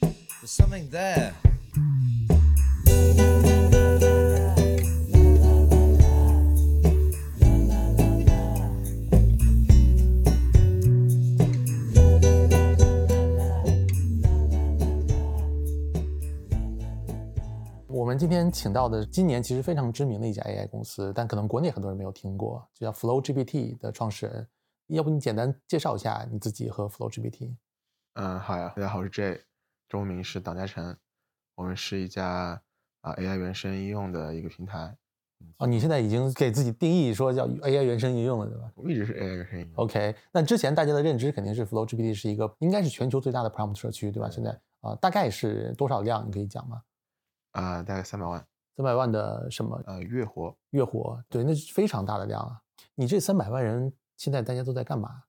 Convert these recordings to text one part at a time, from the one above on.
There's something there. ”我们今天请到的今年其实非常知名的一家 AI 公司，但可能国内很多人没有听过，就叫 Flow GPT 的创始人。要不你简单介绍一下你自己和 Flow GPT？嗯，好呀，大家好，我是 J，中文名是党嘉诚，我们是一家啊 AI 原生应用的一个平台，哦，你现在已经给自己定义说叫 AI 原生应用了，对吧我们一直是 AI 原生应用。 ？OK，那之前大家的认知肯定是 Flow GPT 是一个应该是全球最大的 prompt 社区，对吧？现在啊、大概是多少量？你可以讲吗？啊、大概三百万，三百万的什么呃，月活，月活，对，那是非常大的量啊。你这三百万人现在大家都在干嘛？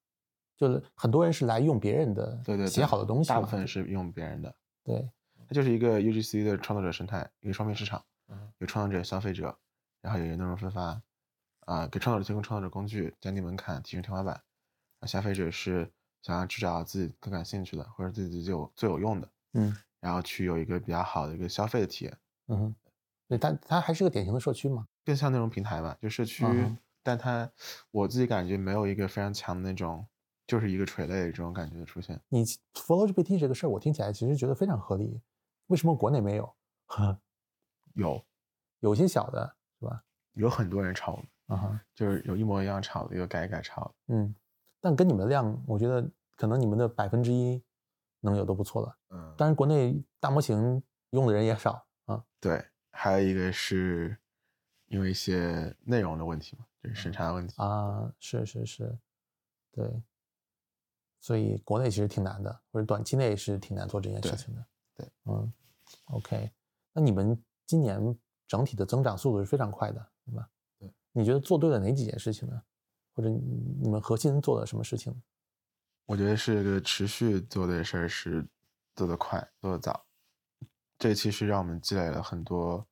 就是很多人是来用别人的对对对，写好的东西嘛，大部分是用别人的，对它就是一个 UGC 的创作者生态，一个双面市场，嗯有创作者、消费者，然后有内容分发，啊、给创作者提供创作者工具，降低门槛，提升天花板，啊，消费者是想要去找自己更感兴趣的，或者自己就最有用的，嗯然后去有一个比较好的一个消费的体验。嗯哼，对，它它还是个典型的社区嘛，更像那种平台吧，就社区，哼但它我自己感觉没有一个非常强的那种，就是一个垂类这种感觉的出现。你 Flow GPT 这个事儿，我听起来其实觉得非常合理，为什么国内没有？有有些小的是吧？有很多人炒我们，啊哈，就是有一模一样炒的，又改一改炒的。嗯，但跟你们的量，我觉得可能你们的百分之一能有都不错了。嗯，当然，国内大模型用的人也少啊，对，还有一个是因为一些内容的问题嘛，就是审查的问题。啊，是是是，对，所以国内其实挺难的，或者短期内是挺难做这件事对情的。对，嗯，OK，那你们今年整体的增长速度是非常快的，对吧？对，你觉得做对了哪几件事情呢？或者你你们核心做了什么事情？我觉得是个持续做的事儿，是做得快，做得早。这其实让我们积累了很多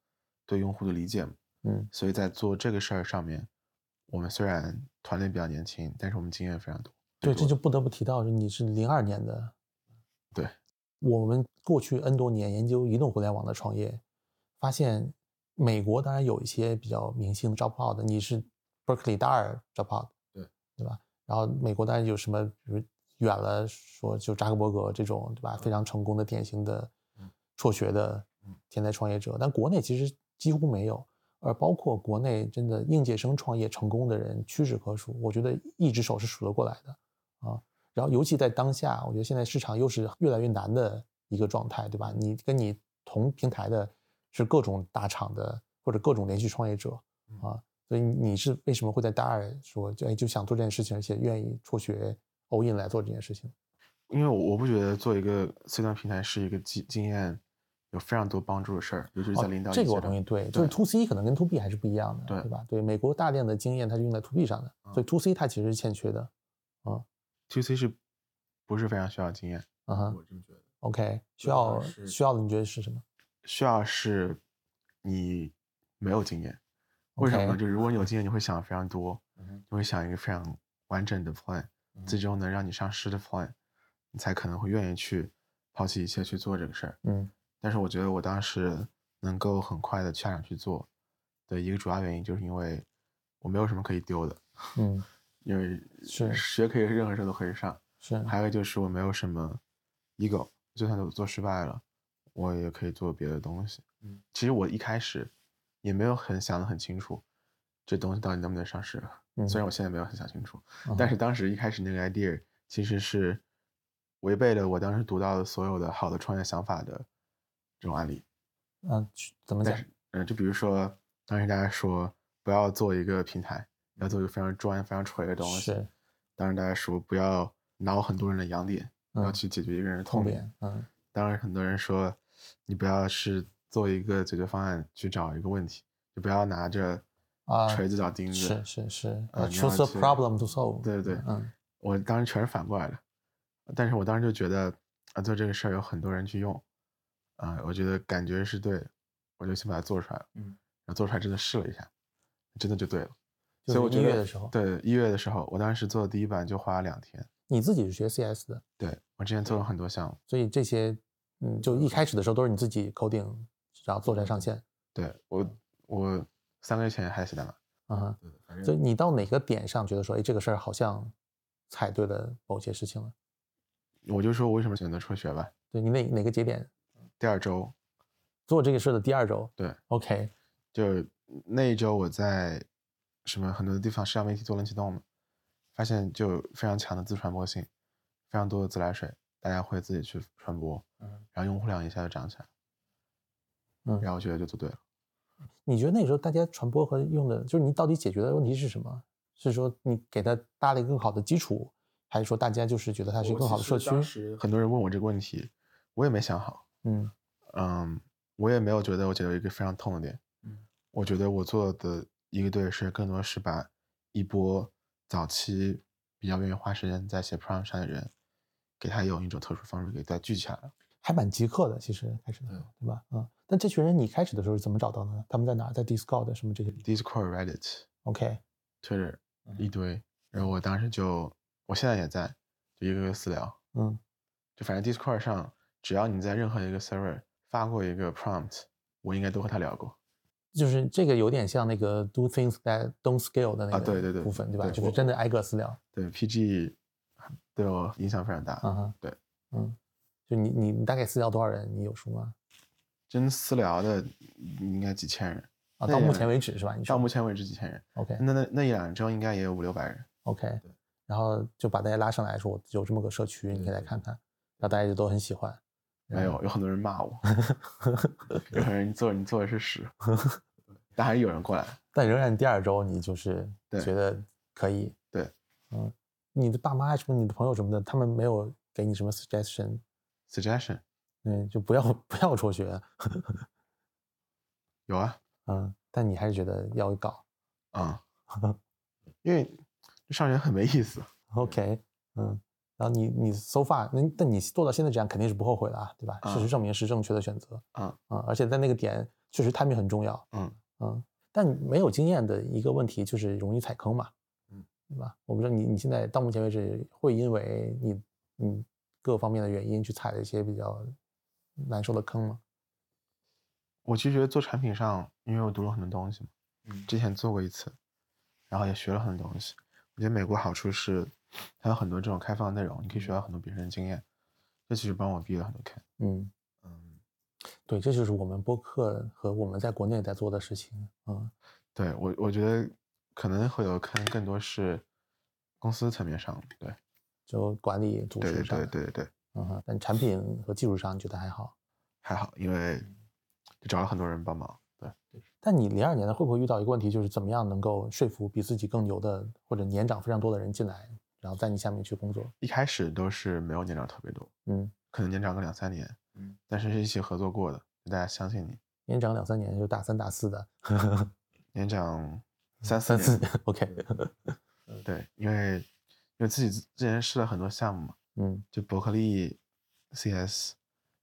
对用户的理解嘛。嗯所以在做这个事儿上面，我们虽然团队比较年轻，但是我们经验非常多。对，多这就不得不提到你是零二年的。对，我们过去 N 多年研究移动互联网的创业，发现美国当然有一些比较明星 drop out 的，你是 Berkeley 大二 drop out，对对吧？然后美国当然有什么，比如远了说就扎克伯格这种，对吧？非常成功的典型的嗯辍学的嗯天才创业者，但国内其实几乎没有。而包括国内真的应届生创业成功的人屈指可数，我觉得一只手是数得过来的啊。然后尤其在当下，我觉得现在市场又是越来越难的一个状态，对吧？你跟你同平台的是各种大厂的或者各种连续创业者嗯啊，所以你是为什么会在大二说就哎就想做这件事情，而且愿意辍学 all in 来做这件事情？因为我我不觉得做一个 C 端平台是一个经经验有非常多帮助的事儿，尤其是在哦领导、这个我同意，对，就是 to C 可能跟 to B 还是不一样的，对嗯吧？对，美国大量的经验它是用在 to B 上的，所以 to C 它其实是欠缺的。 To C 是不是非常需要经验？嗯哼这么觉得， ，OK，需对它要是需要的你觉得是什么？需要是你没有经验。为什么呢 OK 就如果你有经验，你会想得非常多，嗯哼嗯你会想一个非常完整的 plan，最终能让你上市的 plan，你才可能会愿意去抛弃一切去做这个事儿。嗯但是我觉得我当时能够很快的下场去做的一个主要原因，就是因为我没有什么可以丢的， 嗯，因为是学可以任何时候都可以上。是还有一个就是我没有什么 ego，就算我做失败了，我也可以做别的东西。嗯，其实我一开始也没有很想的很清楚，这东西到底能不能上市。啊嗯虽然我现在没有很想清楚，嗯但是当时一开始那个 idea 其实是违背了我当时读到的所有的好的创业想法的这种案例。嗯，怎么讲但是，嗯，就比如说当时大家说不要做一个平台，要做一个非常专、非常锤的东西。是当时大家说不要挠很多人的痒点，不要嗯去解决一个人的痛痛点，嗯当然，很多人说你不要是做一个解决方案去找一个问题，就不要拿着啊锤子找钉子。是是是呃要你要，choose a 去 problem to solve，对对对嗯我当时全是反过来的，但是我当时就觉得啊，做这个事儿有很多人去用，啊、我觉得感觉是对，我就先把它做出来了。嗯，然后做出来真的试了一下，真的就对了。就所以我是觉一得月的时候对一月的时候，我当时做的第一版就花了两天。你自己是学 CS 的，对我之前做了很多项目，所以这些嗯，就一开始的时候都是你自己口顶，然后作战上线，对我我三个月前还写代码，啊哈，对的，反就正你到哪个点上觉得说，哎，这个事儿好像踩对了某些事情了，我就说我为什么选择辍学吧。对你哪哪个节点第二周做这个事儿的第二周，对，OK，就那一周我在什么很多地方社交媒体做冷启动嘛，发现就有非常强的自传播性，非常多的自来水，大家会自己去传播，嗯然后用户量一下就涨起来，嗯然后我觉得就做对了。你觉得那时候大家传播和用的，就是你到底解决的问题是什么？是说你给它搭了一个更好的基础，还是说大家就是觉得它是一我个更其好实的社区？当时很多人问我这个问题，我也没想好，嗯嗯，我也没有觉得我解决一个非常痛的点，嗯我觉得我做的一个对是更多是把一波早期比较愿意花时间在写 Prime 上的人，给他用一种特殊方式给他聚起来了。还蛮极客的，其实开始的时候，对吧？嗯，但这群人你开始的时候是怎么找到的呢？他们在哪儿？在 Discord 什么这些 Discord、Reddit、 ？OK， Twitter 嗯一堆，然后我当时就，我现在也在，就一个个私聊，嗯就反正 Discord 上，只要你在任何一个 server 发过一个 prompt，我应该都和他聊过。就是这个有点像那个 Do Things That Don't Scale 的那个啊对对对部分，对吧？对就是我真的挨个私聊对 PG 对我影响非常大，啊哈，对，嗯，就你你你大概私聊多少人？你有数吗？真私聊的应该几千人，啊，那到目也前为止是吧？你说到目前嗯为止几千人， OK 那那那一两周应该也有五六百人。 OK，对然后就把大家拉上来说，我有这么个社区，你可以来看看，然后大家就都很喜欢。没有，有很多人骂我，有很多人做你做的是屎，但还是有人过来。但仍然第二周你就是对觉得可以。对，嗯，你的爸妈什么，你的朋友什么的，他们没有给你什么 suggestion， Suggestion 嗯，就不要 不要辍学，有啊，嗯，但你还是觉得要搞。啊、因为上学很没意思。 OK，嗯，然后你你 so far，那但你做到现在这样肯定是不后悔的啊，对吧？事实啊证明是正确的选择啊啊，而且在那个点确实 timing 很重要。嗯，嗯，但没有经验的一个问题就是容易踩坑嘛，嗯，对吧？我不知道你你现在到目前为止会因为你你各方面的原因去踩了一些比较难受的坑吗？我其实觉得做产品上，因为我读了很多东西嘛，嗯之前做过一次，然后也学了很多东西。我觉得美国好处是，它有很多这种开放的内容，你可以学到很多别人的经验，这其实帮我避了很多坑。嗯，嗯对，这就是我们播客和我们在国内在做的事情啊、对我，我觉得可能会有坑，更多是公司层面上的。对，就管理组对对织上，对对对对，嗯哼，但产品和技术上你觉得还好。还好，因为嗯就找了很多人帮忙。对，但你零二年的会不会遇到一个问题，就是怎么样能够说服比自己更牛的或者年长非常多的人进来，然后在你下面去工作？一开始都是没有年长特别多，嗯，可能年长个两三年，嗯但是是一起合作过的，大家相信你。年长两三年就大三大四的，年长三四嗯三年四 ，OK，对，因为因为自己之之前试了很多项目嘛，嗯就伯克利 CS，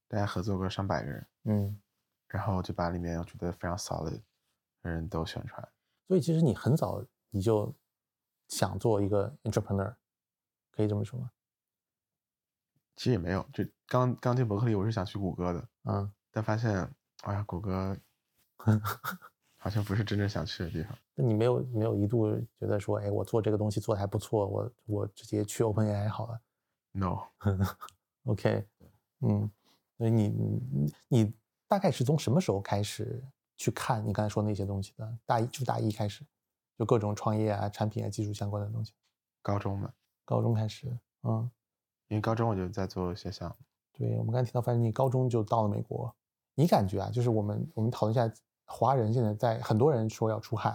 大家合作过上百个人，嗯，然后就把里面我觉得非常 solid 的人都选出来。所以其实你很早你就想做一个 entrepreneur，可以这么说吗？其实也没有，就刚刚进伯克利，我是想去谷歌的，嗯，但发现哎呀，谷歌好像不是真正想去的地方。那你没有没有一度觉得说，哎，我做这个东西做的还不错，我我直接去 OpenAI 好了 No， ，OK，嗯，所以你你你大概是从什么时候开始去看你刚才说那些东西的？大一就大一开始，就各种创业啊、产品啊、技术相关的东西，高中嘛，高中开始，嗯。因为高中我就在做一些项目。对，我们刚才提到，反正你高中就到了美国，你感觉啊，就是我们我们讨论一下，华人现在在很多人说要出海，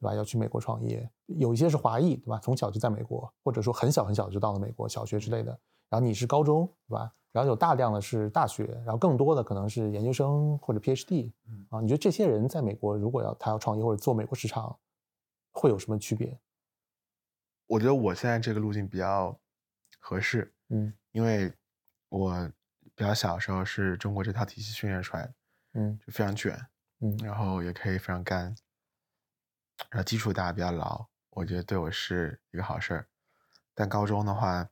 对吧？要去美国创业，有一些是华裔，对吧？从小就在美国，或者说很小很小就到了美国，小学之类的。然后你是高中，对吧？然后有大量的是大学，然后更多的可能是研究生或者 PhD 嗯啊。你觉得这些人在美国，如果要他要创业或者做美国市场，会有什么区别？我觉得我现在这个路径比较合适，嗯因为我比较小的时候是中国这套体系训练出来的，嗯就非常卷，嗯然后也可以非常干，然后基础打得比较牢，我觉得对我是一个好事儿。但高中的话，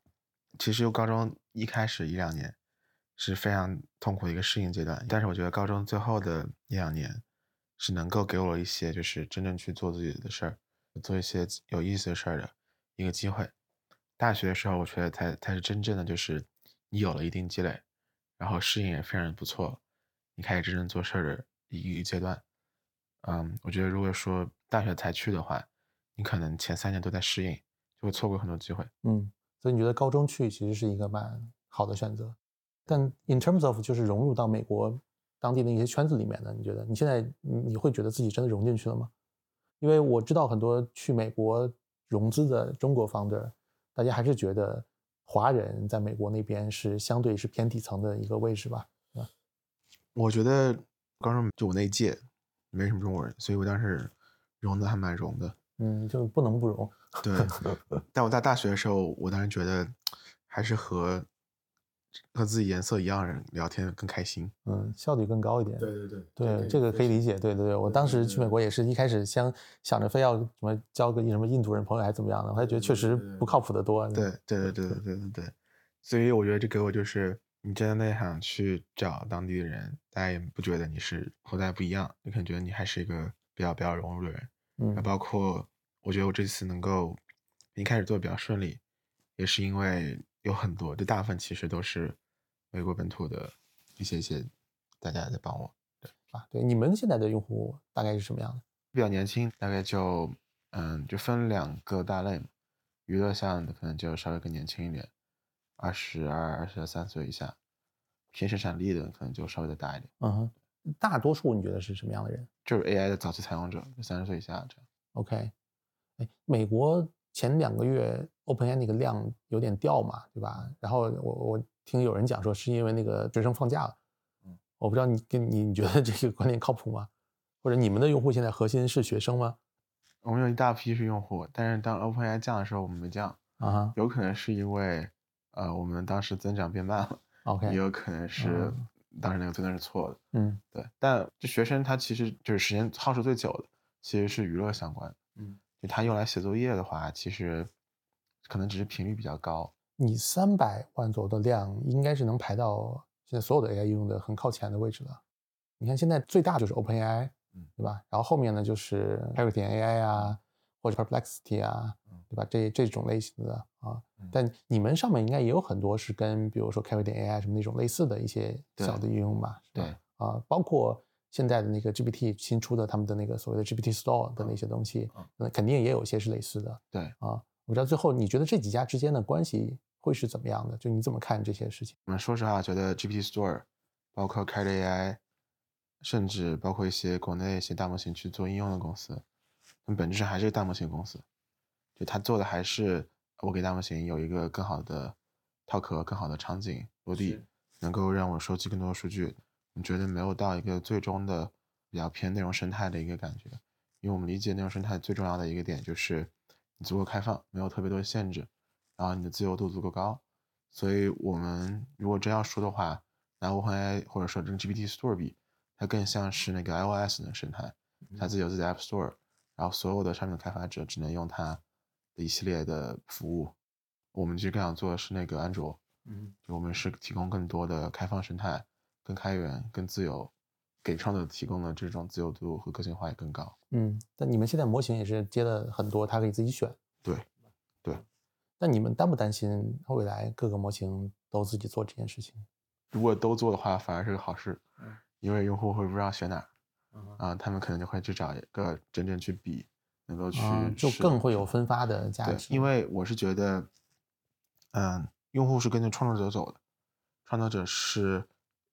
其实高中一开始一两年是非常痛苦的一个适应阶段。但是我觉得高中最后的一两年是能够给我一些就是真正去做自己的事儿，做一些有意思的事儿的一个机会。大学的时候，我觉得才才是真正的就是你有了一定积累，然后适应也非常不错，你开始真正做事儿的一个阶段。嗯，我觉得如果说大学才去的话，你可能前三年都在适应，就会错过很多机会。嗯，所以你觉得高中去其实是一个蛮好的选择，但 in terms of 就是融入到美国当地的一些圈子里面呢，你觉得你现在你你会觉得自己真的融进去了吗？因为我知道很多去美国融资的中国 founder，大家还是觉得华人在美国那边是相对是偏底层的一个位置吧。我觉得高中就我那一届没什么中国人，所以我当时融的还蛮融的。嗯，就不能不融。对， 但我在大学的时候，我当时觉得还是和和自己颜色一样的人聊天更开心。嗯，效率更高一点。对对对对，这个可以理解。对对对，我对当对时对去美对国也是一开始想想着非要什么交个什么印度人朋友还是怎么样的，我还觉对得确对实对对不靠谱的多。对对对对对对对对，所以我觉得这给我就是，你站在那场去找当地的人，大家也不觉得你是和大家不一样，你可能觉得你还是一个比较比较融入的人。那嗯包括我觉得我这次能够一开始做的比较顺利，也是因为有很多，就大部分其实都是美国本土的一些一些大家在帮我，啊，对，你们现在的用户大概是什么样的？比较年轻，大概就嗯就分两个大类嘛，娱乐项的可能就稍微更年轻一点，二十二、二十三岁以下，偏生产力的可能就稍微再大一点，嗯哼，大多数你觉得是什么样的人就是 AI 的早期采用者，三十岁以下这样。 ？OK，哎，美国前两个月 OpenAI 那个量有点掉嘛，对吧？然后我我听有人讲说是因为那个学生放假了，嗯，我不知道你跟你你觉得这个观点靠谱吗？或者你们的用户现在核心是学生吗？我们有一大批是用户，但是当 OpenAI 降的时候，我们没降。啊哈有可能是因为呃我们当时增长变慢了， 也，OK，有可能是嗯当时那个推断是错的。嗯。对，但这学生他其实就是时间耗时最久的，其实是娱乐相关。嗯，就他用来写作业的话，其实可能只是频率比较高。你三百万左右的量，应该是能排到现在所有的 AI 应用的很靠前的位置了。你看现在最大就是 OpenAI，嗯对吧？然后后面呢就是还有点 AI 啊，或者 Perplexity 啊嗯，对吧？这这种类型的啊嗯，但你们上面应该也有很多是跟比如说 Carry 点 AI 什么那种类似的一些对小的应用吧，是吧，啊，包括现在的那个 GPT 新出的他们的那个所谓的 GPT Store 的那些东西嗯，那肯定也有些是类似的。对啊，我不知道最后你觉得这几家之间的关系会是怎么样的？就你怎么看这些事情？我们说实话，觉得 GPT Store，包括 c a d AI，甚至包括一些国内一些大模型去做应用的公司，他们本质上还是个大模型公司，就它做的还是我给大模型有一个更好的套壳、更好的场景落地是，能够让我收集更多的数据。我觉得没有到一个最终的比较偏内容生态的一个感觉，因为我们理解内容生态最重要的一个点就是你足够开放，没有特别多的限制，然后你的自由度足够高。所以我们如果真要说的话，拿 OpenAI 或者说跟 GPT Store 比，它更像是那个 iOS 的生态，它自己有自己的 App Store，然后所有的商品开发者只能用它的一系列的服务。我们其实更想做的是那个安卓，嗯就我们是提供更多的开放生态、更开源、更自由，给创作者提供的这种自由度和个性化也更高。嗯，但你们现在模型也是接了很多，它可以自己选。对，对。那你们担不担心未来各个模型都自己做这件事情？如果都做的话，反而是个好事嗯，因为用户会不知道选哪儿嗯啊、他们可能就会去找一个真正去比，能够去、啊，就更会有分发的价对，值。因为我是觉得，嗯，用户是跟着创作者走的，创作者是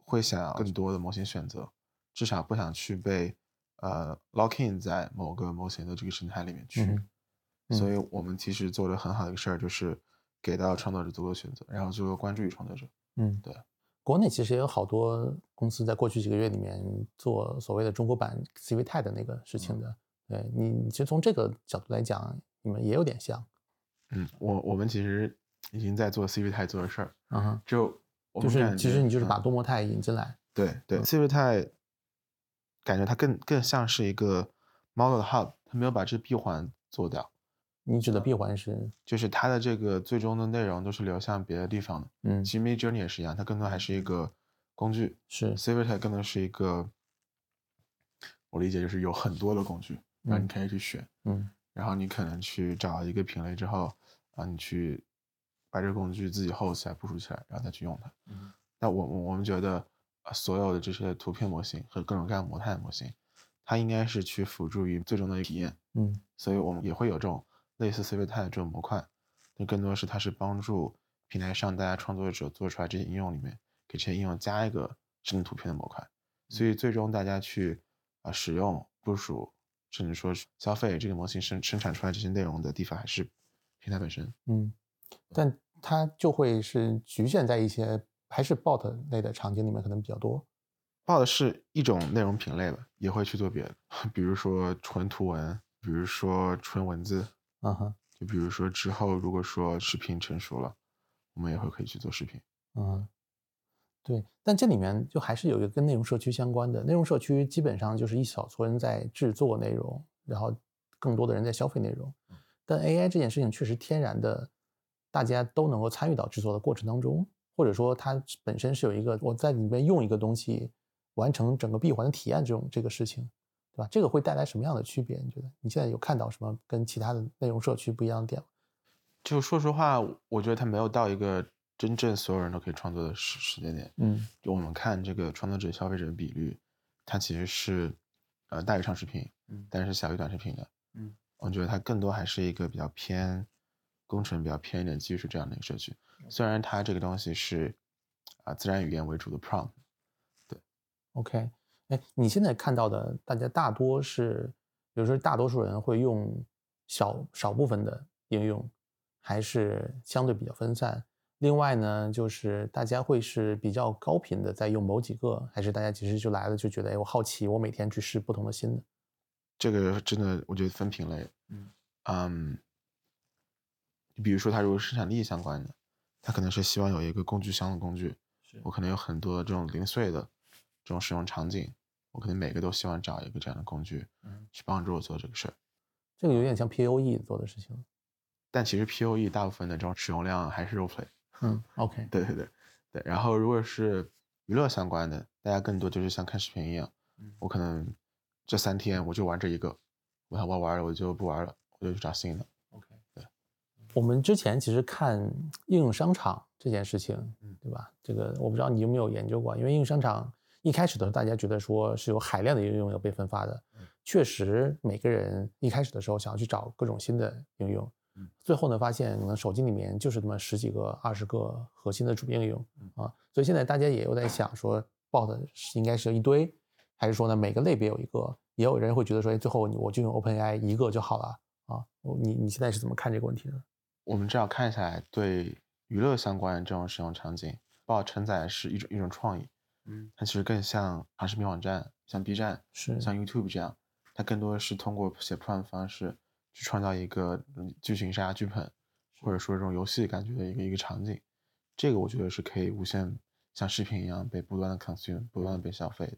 会想要更多的模型选择，至少不想去被呃 lock in 在某个模型的这个生态里面去。嗯哼嗯所以我们其实做了很好的一个事儿，就是给到创作者足够的选择，然后足够关注于创作者。嗯，对。国内其实也有好多公司在过去几个月里面做所谓的中国版 CVT 的那个事嗯情的。对你，你其实从这个角度来讲，你们也有点像。嗯，我我们其实已经在做 CV 态做的事儿，啊哈，就嗯我就们是感其觉实你就是嗯嗯把多模态引进来。对对 c i v i t y 感觉它更更像是一个 model hub，它没有把这闭环做掉，你指的闭环是，就是它的这个最终的内容都是流向别的地方的。嗯，其实 Mid Journey 也是一样，它更多还是一个工具是， ，Civita 更多是一个，我理解就是有很多的工具，然后你嗯可以去选，嗯然后你可能去找一个品类之后，啊，你去把这个工具自己 hold 起来、部署起来，然后再去用它。嗯那我我们觉得，呃所有的这些图片模型和各种各样的模态模型，它应该是去辅助于最终的体验。嗯所以我们也会有这种类似 C 位态的这种模块，那更多是它是帮助平台上大家创作者做出来这些应用里面，给这些应用加一个生成图片的模块，所以最终大家去啊、使用、部署，甚至说是消费这个模型生生产出来这些内容的地方，还是平台本身。嗯，但它就会是局限在一些还是 bot 类的场景里面可能比较多。报的是一种内容品类吧，也会去做别的， 比如说纯图文，比如说纯文字，嗯哼，就比如说之后如果说视频成熟了，我们也会可以去做视频。嗯，对，但这里面就还是有一个跟内容社区相关的，内容社区基本上就是一小撮人在制作内容，然后更多的人在消费内容。但 AI 这件事情确实天然的，大家都能够参与到制作的过程当中，或者说它本身是有一个我在里面用一个东西完成整个闭环的体验这种这个事情，对吧？这个会带来什么样的区别？你觉得你现在有看到什么跟其他的内容社区不一样的点吗？就说实话，我觉得它没有到一个真正所有人都可以创作的时时间点。嗯就我们看这个创作者消费者的比率，它其实是呃大于长视频，嗯但是小于短视频的。嗯，我觉得它更多还是一个比较偏工程、比较偏一点技术这样的一个社区。虽然它这个东西是啊、自然语言为主的 prompt， OK，哎，你现在看到的，大家大多是，比如说大多数人会用小少部分的应用，还是相对比较分散。另外呢，就是大家会是比较高频的在用某几个，还是大家其实就来了就觉得，哎，我好奇，我每天去试不同的新的。这个真的我觉得分品类。嗯嗯，比如说它如果是生产力相关的，它可能是希望有一个工具箱的工具。是我可能有很多这种零碎的这种使用场景，我可能每个都希望找一个这样的工具，嗯去帮助我做这个事儿。这个有点像 POE E 做的事情。但其实 POE 大部分的这种使用量还是 roleplay，嗯，OK，对对对对。然后如果是娱乐相关的，大家更多就是像看视频一样嗯，我可能这三天我就玩这一个，我想玩完了我就不玩了，我就去找新的。 OK，对。我们之前其实看应用商场这件事情，嗯对吧？这个我不知道你有没有研究过，因为应用商场一开始的时候，大家觉得说是有海量的应用要被分发的，嗯确实每个人一开始的时候想要去找各种新的应用嗯，最后呢发现可能手机里面就是那么十几个、二十个核心的主应用嗯啊，所以现在大家也有在想说，bot 是应该是一堆，还是说呢每个类别有一个？也有人会觉得说，哎，最后我就用 OpenAI 一个就好了。啊，我你你现在是怎么看这个问题的？我们至少看下来，对娱乐相关的这种使用场景，报承载是一种一种创意，嗯，它其实更像长视频网站，像 B 站，是像 YouTube 这样，它更多的是通过写 prompt 方式去创造一个嗯剧情杀剧本，或者说这种游戏感觉的一个一个场景。这个我觉得是可以无限像视频一样被不断的 consume，不断的被消费的。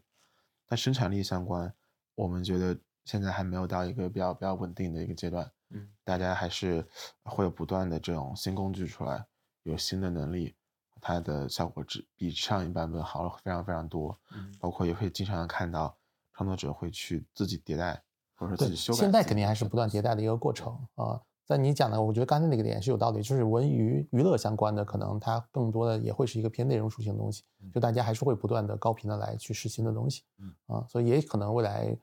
但生产力相关，我们觉得现在还没有到一个比较比较稳定的一个阶段。嗯，大家还是会有不断的这种新工具出来，有新的能力，它的效果只比上一版本好了非常非常多。包括也会经常看到创作者会去自己迭代，或者说自对，己修改。现在肯定还是不断迭代的一个过程啊。在你讲的，我觉得刚才那个点是有道理，就是文娱娱乐相关的，可能它更多的也会是一个偏内容属性的东西，就大家还是会不断的高频的来去试新的东西嗯，啊，所以也可能未来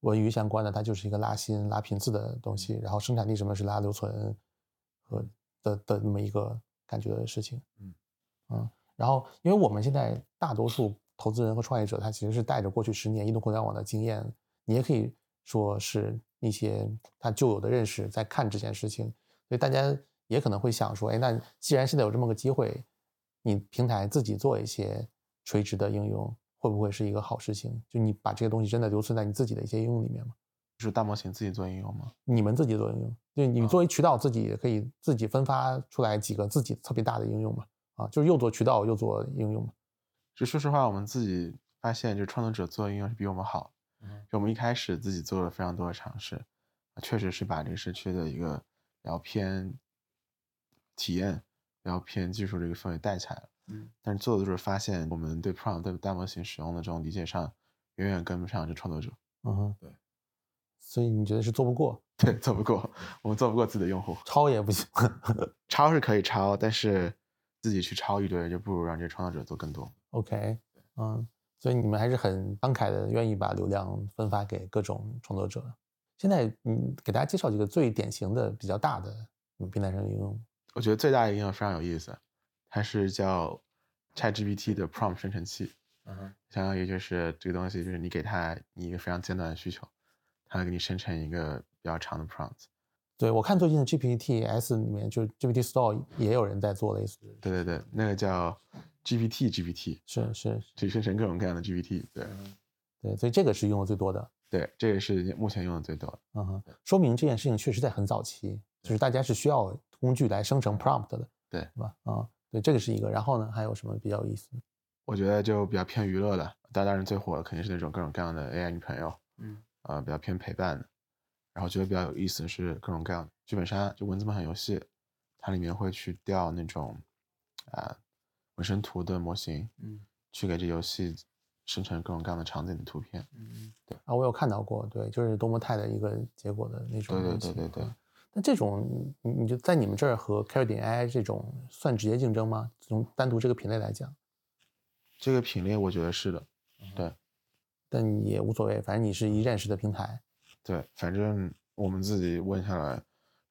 文娱相关的它就是一个拉新、拉频次的东嗯西，然后生产力什么是拉留存和的的那么一个感觉的事情，嗯嗯，然后因为我们现在大多数投资人和创业者，他其实是带着过去十年移动互联网的经验你也可以说是一些他旧有的认识在看这件事情，所以大家也可能会想说，哎，那既然现在有这么个机会，你平台自己做一些垂直的应用，会不会是一个好事情？就你把这些东西真的留存在你自己的一些应用里面吗？就是大模型自己做应用吗？你们自己做应用，就你啊作为渠道自己也可以自己分发出来几个自己特别大的应用嘛？啊，就是又做渠道又做应用嘛？就说实话，我们自己发现，就创作者做的应用是比我们好。嗯啊就我们一开始自己做了非常多的尝试，确实是把这个社区的一个然后偏体验，然后偏技术这个氛围带起来了。嗯，但是做的就是发现我们对 prompt 对大模型使用的这种理解上，远远跟不上这创作者， 嗯哼，对。所以你觉得是做不过，对，做不过，我们做不过自己的用户。抄也不行。抄是可以抄，但是自己去抄一堆，就不如让这些创作者做更多。 OK，嗯，所以你们还是很慷慨的，愿意把流量分发给各种创作者。现在，嗯，给大家介绍几个最典型的、比较大的嗯平台上的应用。我觉得最大的应用非常有意思，它是叫 ChatGPT 的 prompt 生成器，嗯哼，相当于就是这个东西，就是你给它一个非常简短的需求，它会给你生成一个比较长的 prompt。对我看最近的 GPT S 里面，就 GPT Store 也有人在做类似，对对对，那个叫 GPT GPT，是是，就生成各种各样的 GPT 对。嗯哼对，所以这个是用的最多的。对，这也是目前用的最多的。嗯哼，说明这件事情确实在很早期，就是大家是需要工具来生成 prompt 的，对是吧？啊、对，这个是一个。然后呢，还有什么比较有意思？我觉得就比较偏娱乐的，但当然最火的肯定是那种各种各样的 AI 女朋友，嗯呃，比较偏陪伴的。然后觉得比较有意思的是各种各样的剧本杀，就文字冒险游戏，它里面会去调那种啊、纹身图的模型，嗯去给这游戏生成各种各样的场景的图片。嗯啊，我有看到过，对，就是多模态的一个结果的那种对对东西。嗯对对对那这种，你你就在你们这儿和 Carry 点 AI 这种算直接竞争吗？从单独这个品类来讲，这个品类我觉得是的，但也无所谓，反正你是一站式的平台。对，反正我们自己问下来，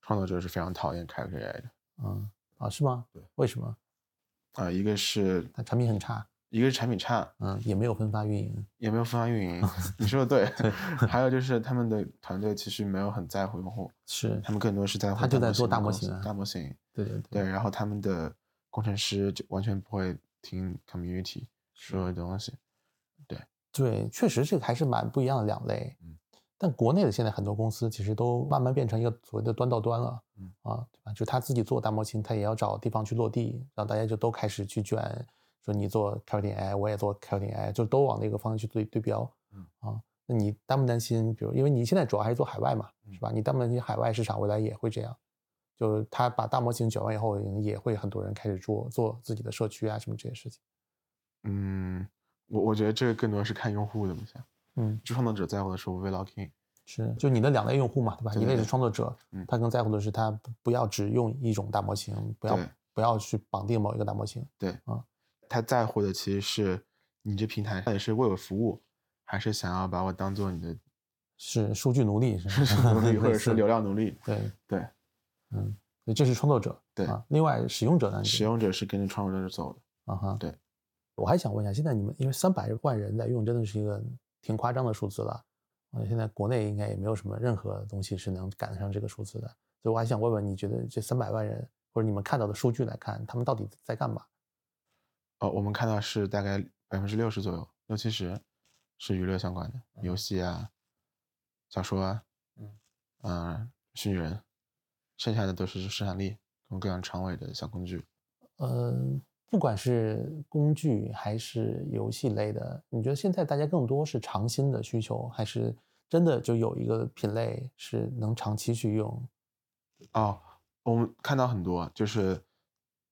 创作者是非常讨厌 Character AI 的嗯，啊，是吗？对，为什么？啊、一个是它产品很差，一个是产品差，嗯，也没有分发运营。也没有分发 运营，你说的对。还有就是他们的团队其实没有很在乎用户，是，他们更多是在乎他就在做大大模公司型啊大模型。对对对，然后他们的工程师就完全不会听 community 说的东西。对，确实这个还是蛮不一样的两类。嗯，但国内的现在很多公司其实都慢慢变成一个所谓的端到端了。嗯，啊，对吧？就他自己做大模型，他也要找地方去落地，然后大家就都开始去卷，说你做 Q 点 AI，我也做 Q 点 AI，就都往那个方向去对对标。嗯，啊，那你担不担心？比如，因为你现在主要还是做海外嘛，是嗯吧？你担不担心海外市场未来也会这样？就他把大模型卷完以后，也会很多人开始做做自己的社区啊，什么这些事情。嗯，我我觉得这个更多是看用户怎么想，嗯，就创作者在乎的是 vlogging。是，就你的两类用户嘛，对吧？对一对类是对创作者，嗯他更在乎的是他不不要只用一种大模型，不要对不要去绑定某一个大模型。他在乎的其实是你这平台到底是为我服务，还是想要把我当做你 的是数据奴隶， 是吧奴隶，或类者似是流量奴隶？ 对对，嗯，所以这是创作者。对啊，另外使用者呢？使用者是跟着创作者走的。啊哈，对。我还想问一下，现在你们因为三百万人在用，真的是一个挺夸张的数字了。我觉得现在国内应该也没有什么任何东西是能赶得上这个数字的，所以我还想问问，你觉得这三百万人或者你们看到的数据来看，他们到底在干嘛？呃，我们看到是大概百分之六十左右，六七十是娱乐相关的，游戏啊、小说啊，嗯，呃，虚拟人，剩下的都是生产力，各种各样长尾的小工具。呃，不管是工具还是游戏类的，你觉得现在大家更多是尝新的需求，还是真的就有一个品类是能长期去用？哦，我们看到很多，就是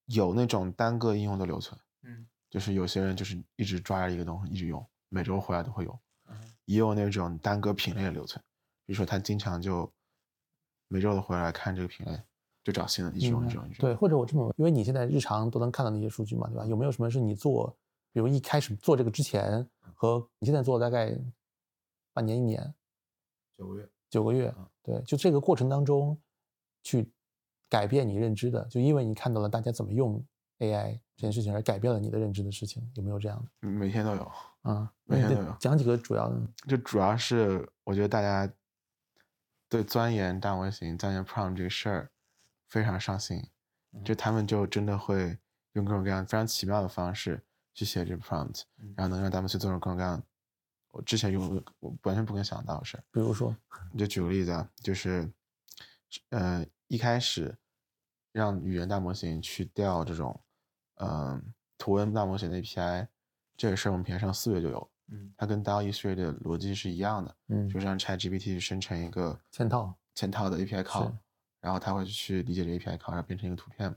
有那种单个应用的留存，嗯就是有些人就是一直抓着一个东西一直用，每周回来都会有，嗯哼也有那种单个品类的留存，比如说他经常就每周都回来看这个品类，就找新的一直用一直用嗯一直用。嗯对，或者我这么问，因为你现在日常都能看到那些数据嘛，对吧？有没有什么是你做，比如一开始做这个之前和你现在做大概半年、一年、九个月，九个月嗯，对，就这个过程当中去改变你认知的，就因为你看到了大家怎么用 AI 这件事情而改变了你的认知的事情，有没有这样的？每天都有。啊，没那有得没有讲几个主要的。就主要是我觉得大家对钻研大模型、钻研 prompt 这个事儿非常上心，就他们就真的会用各种各样非常奇妙的方式去写这 prompt，嗯然后能让他们去做出各种各样我之前用我完全不敢想到的事儿。比如说，你就举个例子啊，就是呃一开始让语言大模型去调这种嗯、呃图文大模型的 API，这个事儿我们平台上四月就有，嗯它跟 DALL E 序列的逻辑是一样的。嗯就是让 ChatGPT 生成一个嵌套嵌套的 API call，然后他会去理解这个 API call，然后变成一个图片。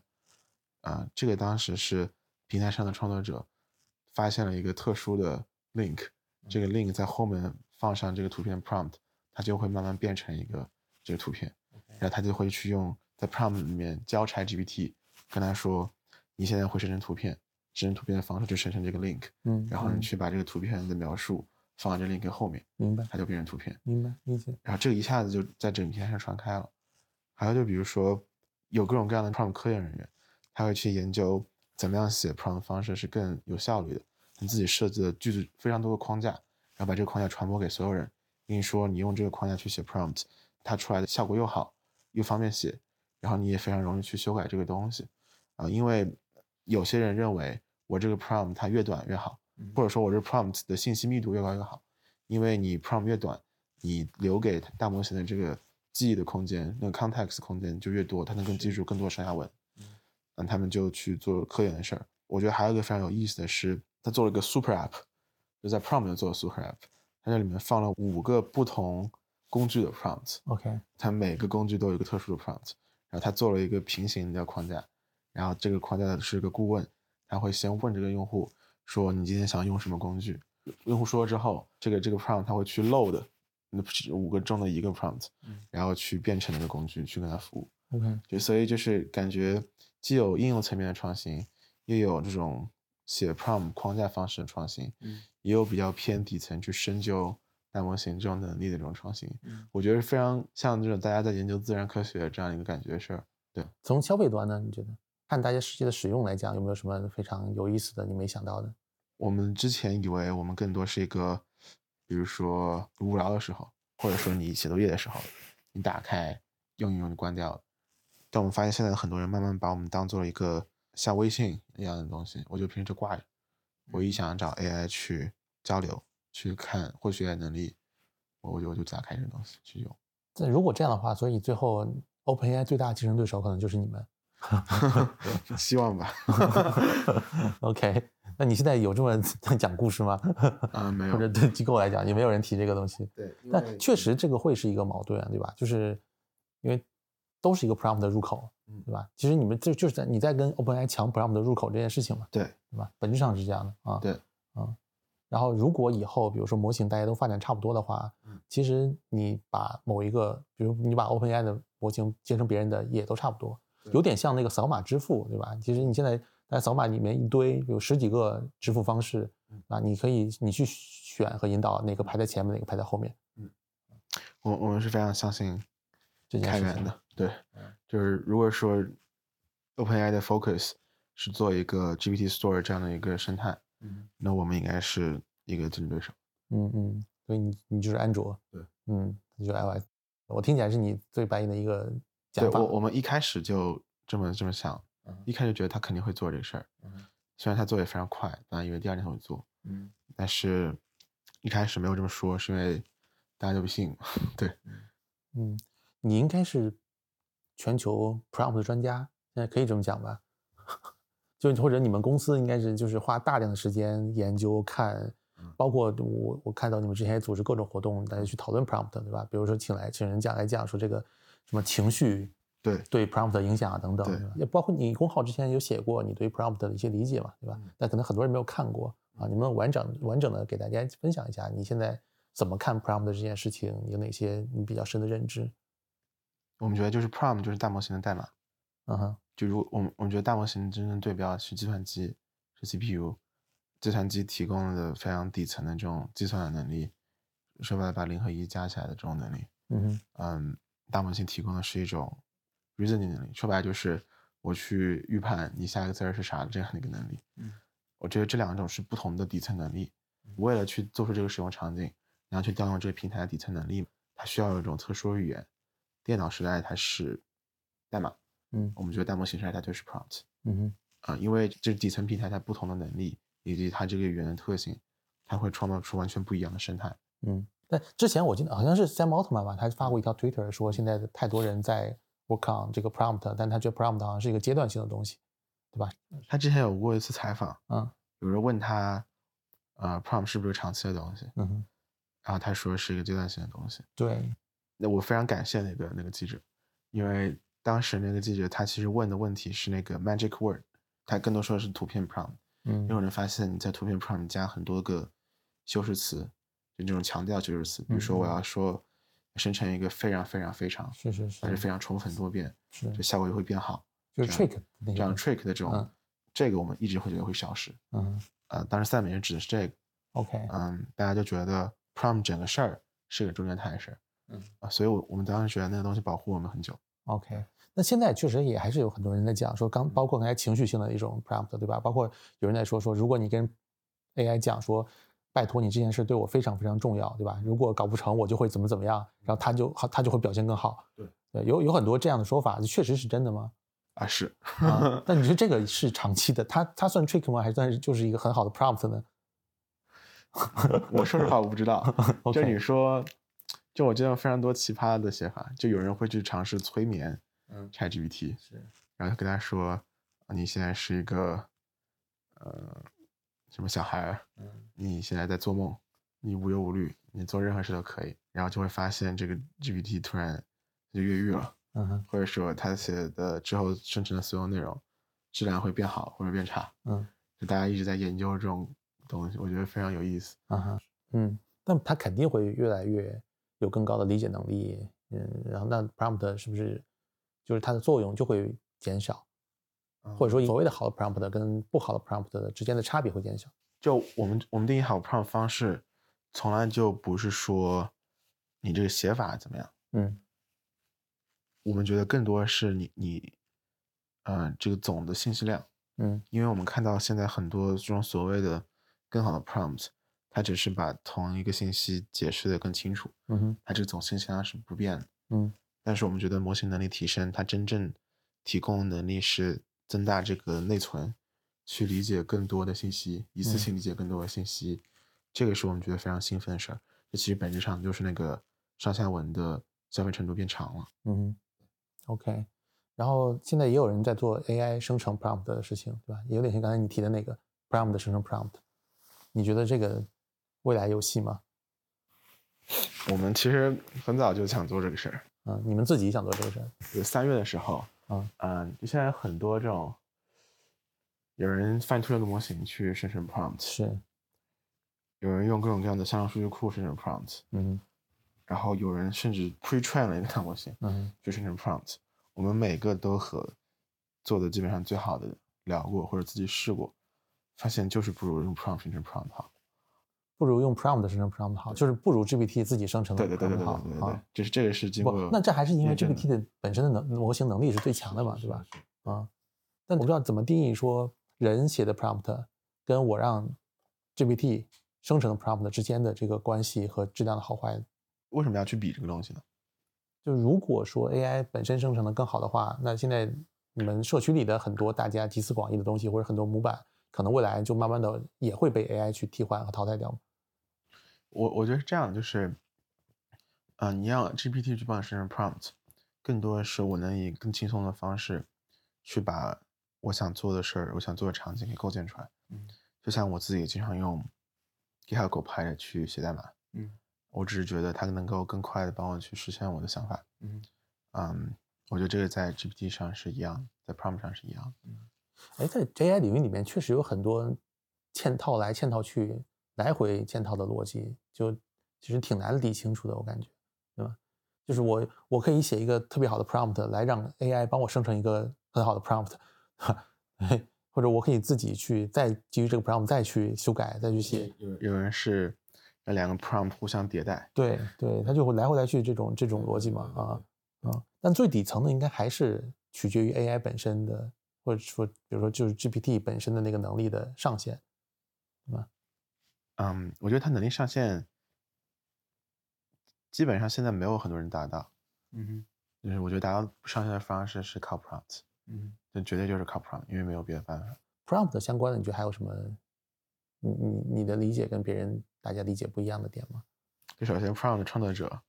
啊、这个当时是平台上的创作者发现了一个特殊的 link，这个 link 在后面放上这个图片 prompt，它就会慢慢变成一个这个图片。然后他就会去用在 prompt 里面教 ChatGPT，跟他说，你现在会生成图片，生成图片的方式就生成这个 link，嗯，然后你嗯去把这个图片的描述放在这 link 后面，明白它就变成图片。明白理解，然后这个一下子就在整个平台上传开了。还有就比如说，有各种各样的 prompt 科研人员，他会去研究怎么样写 prompt 方式是更有效率的。你自己设计的句子非常多的框架，然后把这个框架传播给所有人，跟你说你用这个框架去写 prompt，它出来的效果又好，又方便写，然后你也非常容易去修改这个东西。啊、因为有些人认为我这个 prompt 它越短越好，或者说我这 prompt 的信息密度越高越好，因为你 prompt 越短，你留给大模型的这个记忆的空间，那个 context 空间就越多，它能更记住更多上下文。嗯，他们就去做科研的事儿。我觉得还有一个非常有意思的是，他做了一个 super app，就在 prompt 里面做了 super app，它这里面放了五个不同工具的 prompt， OK，它每个工具都有一个特殊的 prompt，然后它做了一个平行的框架，然后这个框架是一个顾问，他会先问这个用户说你今天想用什么工具，用户说了之后，这个这个 prompt 他会去 load 那不是五个中的一个 prompt，然后去变成那个工具去跟他服务， OK，就所以就是感觉既有应用层面的创新，又有这种写 prompt 框架方式的创新，嗯也有比较偏底层去深究大模型这种能力的这种创新，嗯我觉得是非常像这种大家在研究自然科学这样一个感觉的事儿。从消费端呢，你觉得看大家实际的使用来讲，有没有什么非常有意思的你没想到的？我们之前以为我们更多是一个，比如说无聊的时候，或者说你写作业的时候，你打开用一用就关掉了。但我们发现现在很多人慢慢把我们当做一个像微信一样的东西，我就平时就挂着，我嗯一想找 AI 去交流、去看获取 AI 能力，我我就我就打开这个东西去用。那如果这样的话，所以最后 OpenAI 最大的竞争对手可能就是你们。 希望吧。 OK，那你现在有这么 讲故事吗？啊，没或者有。对机构来讲，也没有人提这个东西。对，嗯因为但确实这个会是一个矛盾，啊对吧？就是因为都是一个 prompt 的入口嗯，对吧？其实你们这就是在你在跟 OpenAI 抢 prompt 的入口这件事情嘛，对对吧？本质上是这样的啊。对啊。然后，如果以后比如说模型大家都发展差不多的话，嗯其实你把某一个，比如你把 OpenAI 的模型接成别人的也都差不多，对有点像那个扫码支付，对吧？其实你现在在扫码里面一堆有十几个支付方式嗯，啊，你可以你去选和引导哪个排在前面，哪个排在后面。我我们是非常相信这件开事源情嗯的，对，就是如果说 OpenAI 的 focus 是做一个 GPT Store 这样的一个生态，嗯那我们应该是一个竞争对手。嗯嗯，所以你你就是安卓，对，嗯，你就是 iOS。我听起来是你最白银的一个对讲法我，我们一开始就这么这么想，嗯一开始觉得他肯定会做这个事儿，嗯虽然他做也非常快，本来以为第二天他会做，嗯但是一开始没有这么说，是因为大家就不信。对，嗯，你应该是全球 prompt 专家，现在可以这么讲吧？ 就或者你们公司应该是就是花大量的时间研究看，包括我我看到你们之前也组织各种活动，大家去讨论 prompt 对吧？比如说请来请人讲来讲说这个什么情绪对，对 prompt 的影响啊等等，对吧也包括你公号之前有写过你对 prompt 的一些理解嘛，对吧？但可能很多人没有看过啊，你们完整完整的给大家分享一下你现在怎么看 prompt 这件事情，有哪些你比较深的认知？我们觉得就是 Prompt 就是大模型的代码，嗯哼，就如我们我们觉得大模型真正对标是计算机，是 CPU，计算机提供了非常底层的这种计算的能力，说白了把零和一加起来的这种能力，嗯哼，嗯，大模型提供的是一种 reasoning 能力，说白了就是我去预判你下一个字儿是啥这样的一个能力。嗯，我觉得这两种是不同的底层能力。为了去做出这个使用场景，你要去调用这个平台的底层能力，它需要有一种特殊语言。电脑时代它是代码，嗯我们觉得大模型时代它就是 prompt。嗯哼，啊、因为这底层平台它不同的能力以及它这个语言的特性，它会创造出完全不一样的生态。嗯。但之前我记得好像是 Sam Altman 吧，他发过一条 Twitter 说，现在太多人在 work on 这个 prompt，但他觉得 prompt 好像是一个阶段性的东西，对吧？他之前有过一次采访，嗯有人问他，呃，prompt 是不是个长期的东西？嗯哼，然后他说是一个阶段性的东西。对，那我非常感谢那个那个记者，因为当时那个记者他其实问的问题是那个 magic word，他更多说的是图片 prompt。嗯有人发现你在图片 prompt 加很多个修饰词，就这种强调修饰词，比如说我嗯嗯要说生成一个非常非常非常，是是但是是非常重复很多遍，是就效果就会变好。就是这样 trick 那这个样 trick 的这种嗯，这个我们一直会觉得会消失。嗯呃，当时赛美人指的是这个， OK 嗯，大家就觉得 prom 整个事儿是个中间态的事儿，嗯啊，所以我我们当时觉得那个东西保护我们很久， OK，那现在确实也还是有很多人在讲说嗯刚，包括刚才情绪性的一种 prompt，对吧？包括有人在说说，如果你跟 AI 讲说，拜托你这件事对我非常非常重要，对吧？如果搞不成，我就会怎么怎么样，然后他就好，他就会表现更好。对，有有很多这样的说法，确实是真的吗？啊是， 啊那你说这个是长期的，它它算 trick 吗？还算是就是一个很好的 prompt 呢我说实话我不知道，就 ？OK，你说，就我见到非常多奇葩的写法，就有人会去尝试催眠嗯 ChatGPT，是然后跟他说啊你现在是一个呃什么小孩儿，嗯你现在在做梦，你无忧无虑，你做任何事都可以，然后就会发现这个 GPT 突然就越狱了。嗯哼或者说他写的之后生成的所有内容质量会变好或者变差。嗯，就大家一直在研究这种东西，我觉得非常有意思。啊哈，嗯，但它肯定会越来越有更高的理解能力，嗯，然后那 prompt 是不是就是它的作用就会减少，或者者说所谓的好的 prompt 跟不好的 prompt 的之间的差别会减小？就我们我们定义好 prompt 方式，从来就不是说你这个写法怎么样，嗯我们觉得更多是你你，呃，这个总的信息量。嗯因为我们看到现在很多这种所谓的更好的 prompt，它只是把同一个信息解释的更清楚，嗯哼它这个总信息量是不变的。嗯但是我们觉得模型能力提升，它真正提供的能力是增大这个内存，去理解更多的信息，一嗯次性理解更多的信息，这个是我们觉得非常兴奋的事儿。这其实本质上就是那个上下文的消费程度变长了。嗯哼，OK。然后现在也有人在做 AI 生成 prompt 的事情，对吧？也有点像刚才你提的那个 prompt 生成 prompt，你觉得这个未来有戏吗？我们其实很早就想做这个事儿，啊，你们自己想做这个事儿？就三月的时候，啊嗯、就现在很多这种有人 fine tune 了个模型去生成 prompt，是，嗯有人用各种各样的向量数据库生成 prompt，嗯然后有人甚至 pre train 了一个大模型。哼嗯哼就生成 prompt，我们每个都和做的基本上最好的聊过或者自己试过，发现就是不如用 prompt 生成 prompt 好。不如用 prompt 生成 prompt 好，就是不如 GPT 自己生成的对对对 prompt 对对好对对对啊。，就是这个是经不过，那这还是因为验证的 GPT 的本身的能模型能力是最强的嘛，对吧？？啊，但我不知道怎么定义说人写的 prompt 跟我让 GPT 生成的 prompt 之间的这个关系和质量的好坏。为什么要去比这个东西呢？就如果说 AI 本身生成的更好的话，那现在你们社区里的很多大家集思广益的东西，或者很多模板，可能未来就慢慢的也会被 AI 去替换和淘汰掉嘛。我我觉得是这样，就是，啊、你让 GPT 去帮你生成 prompt，更多的是我能以更轻松的方式，去把我想做的事儿、我想做的场景给构建出来。嗯，就像我自己经常用 GitHub Copilot 去写代码。嗯，我只是觉得它能够更快的帮我去实现我的想法。嗯，嗯，我觉得这个在 GPT 上是一样，在 prompt 上是一样的。哎，在 AI 领域里面，确实有很多嵌套来嵌套去、来回嵌套的逻辑，就其实挺难理清楚的，我感觉，对吧？就是我我可以写一个特别好的 prompt 来让 AI 帮我生成一个很好的 prompt，或 者我可以自己去再基于这个 prompt 再去修改、再去写。有有人是让两个 prompt 互相迭代，对对，它就会来回来去这种这种逻辑嘛啊啊！但最底层的应该还是取决于 AI 本身的，或者说比如说就是 GPT 本身的那个能力的上限。嗯，我觉得它能力上限基本上现在没有很多人达到。嗯就是我觉得达到上限的方式是靠 prompt，嗯就绝对就是靠 prompt，因为没有别的办法。 ，prompt 相关的，你觉得还有什么？你你你的理解跟别人大家理解不一样的点吗？就首先 prompt 的创作者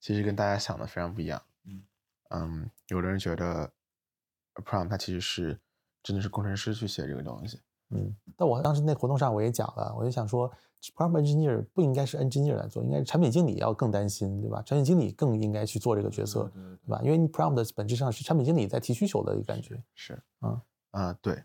其实跟大家想的非常不一样。嗯嗯有的人觉得 prompt 它其实是真的是工程师去写这个东西，嗯，但我当时那活动上我也讲了，我就想说，prompt engineer 不应该是 engineer 来做，应该是产品经理要更担心，对吧？产品经理更应该去做这个角色，对对对对吧？因为你 prompt 本质上是产品经理在提需求的一个感觉。是，啊啊，对。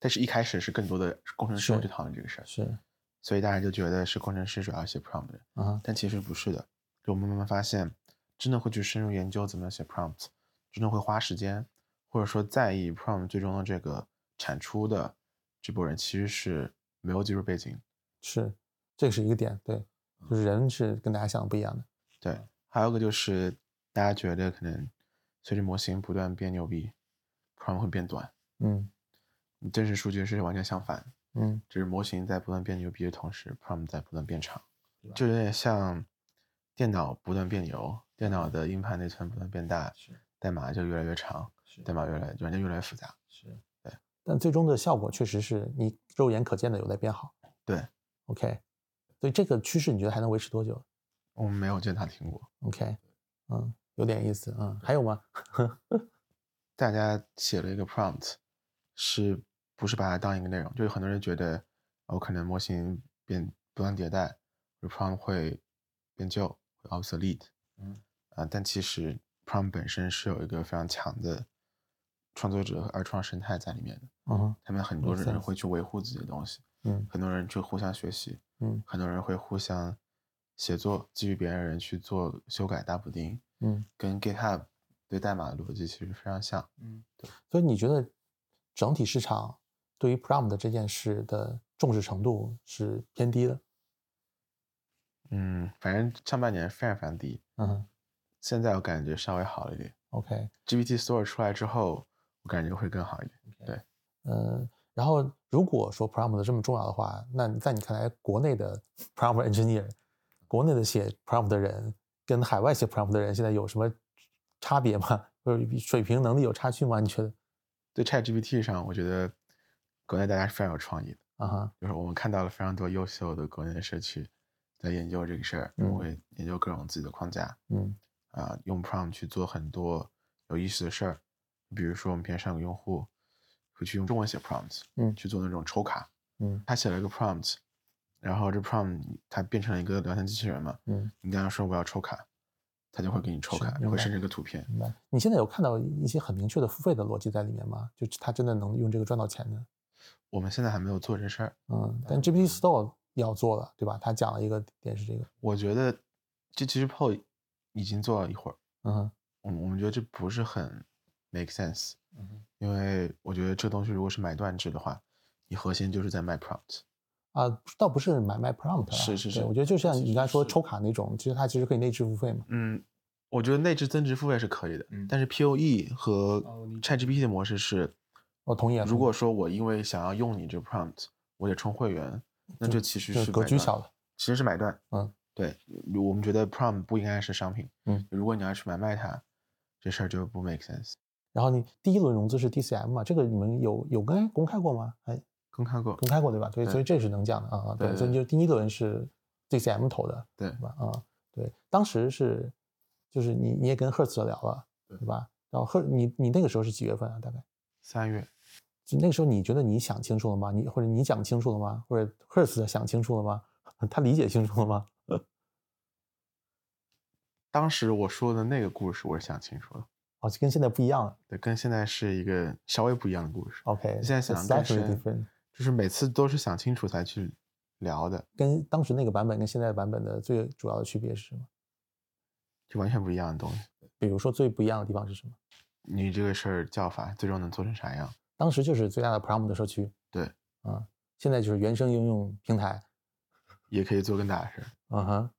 但是一开始是更多的工程师是去讨论这个事儿，是所以大家就觉得是工程师主要写 prompt，的啊，但其实不是的。就我们慢慢发现，真的会去深入研究怎么样写 prompt，真的会花时间，或者说在意 prompt 最终的这个产出的这波人，其实是没有技术背景。是，这是一个点，对，就是人是跟大家想的不一样的。对，还有一个就是大家觉得可能随着模型不断变牛逼，prompt 会变短，嗯真实数据是完全相反。嗯，就是模型在不断变牛逼的同时，prompt 在不断变长对吧，就有点像电脑不断变牛，电脑的硬盘内存不断变大，是代码就越来越长，是代码越来软件越来越复杂。是，对。但最终的效果确实是你肉眼可见的有在变好。对，OK，所以这个趋势你觉得还能维持多久我们没有见他听过， ？OK，嗯，有点意思，嗯，还有吗？大家写了一个 prompt，是不是把它当一个内容？就是很多人觉得，哦，可能模型变不断迭代就，prompt 会变旧，会 obsolete。嗯，啊，但其实 prompt 本身是有一个非常强的创作者和二创生态在里面的。嗯他们很多 Make 人 sense 会去维护自己的东西，嗯很多人去互相学习，嗯很多人会互相写作，基于别人去做修改大补丁，嗯，跟 GitHub 对代码的逻辑其实非常像。嗯，所以你觉得整体市场对于 prompt 这件事的重视程度是偏低的？嗯，反正上半年非常非常低，嗯现在我感觉稍微好了一点。 ，OK， GPT Store 出来之后，我感觉会更好一点。嗯，然后如果说 prompt 这么重要的话，那你在你看来，国内的 prompt engineer，国内的写 prompt 的人跟海外写 prompt 的人现在有什么差别吗？ 或者水平能力有差距吗？你觉得？对 ChatGPT 上，我觉得国内大家是非常有创意的，啊哈，就是我们看到了非常多优秀的国内的社区在研究这个事儿，嗯会研究各种自己的框架。嗯啊、用 prompt 去做很多有意思的事儿，比如说我们平常有个用户会去用中文写 prompt，嗯去做那种抽卡，嗯他写了一个 prompt，然后这 prompt 它变成了一个聊天机器人嘛，嗯，你跟他说我要抽卡，他就会给你抽是卡，明会白生成一个图片。明白。你现在有看到一些很明确的付费的逻辑在里面吗？就他真的能用这个赚到钱的？我们现在还没有做这事儿，嗯，但 GPT Store 要做了，对吧？他讲了一个点是这个，我觉得这其实 PO 已经做了一会儿，嗯哼我们我们觉得这不是很 make sense，嗯哼因为我觉得这东西如果是买断制的话，你核心就是在卖 prompt。啊，倒不是买卖 prompt，啦是是对是我觉得就像其你实刚才说是抽卡那种，其实它其实可以内置付费嘛。嗯，我觉得内置增值付费是可以的，嗯但是 POE 和哦我理解 ChatGPT 的模式是，我同意啊，如果说我因为想要用你这个 prompt，我得充会员，那这其实就是格买局断小，的，其实是买断。嗯，对，我们觉得 prompt 不应该是商品。嗯，如果你要去买卖它，这事儿就不 make sense。然后你第一轮融资是 DCM 嘛，这个你们有有公开公开过吗？哎，刚看过，公开过对吧？对，对所以这是能讲的啊啊。对，对所以对就第一轮是 DCM 投的，对吧？啊，对，当时是就是你你也跟赫兹聊了，对对吧？然后赫你你那个时候是几月份啊？大概？三月就那个时候，你觉得你想清楚了吗？你或者你讲清楚了吗？或者 Hers 想清楚了吗？ 他理解清楚了吗？当时我说的那个故事，我是想清楚了，哦，就跟现在不一样了。对，跟现在是一个稍微不一样的故事， OK，现在想 it's 更 slightly 深 different，就是每次都是想清楚才去聊的，跟当时那个版本跟现在的版本的最主要的区别是什么？就完全不一样的东西。比如说最不一样的地方是什么？你这个事儿叫法最终能做成啥样？当时就是最大的 Prompt 的社区，对，啊，现在就是原生应用平台，也可以做更大的事儿。嗯哼，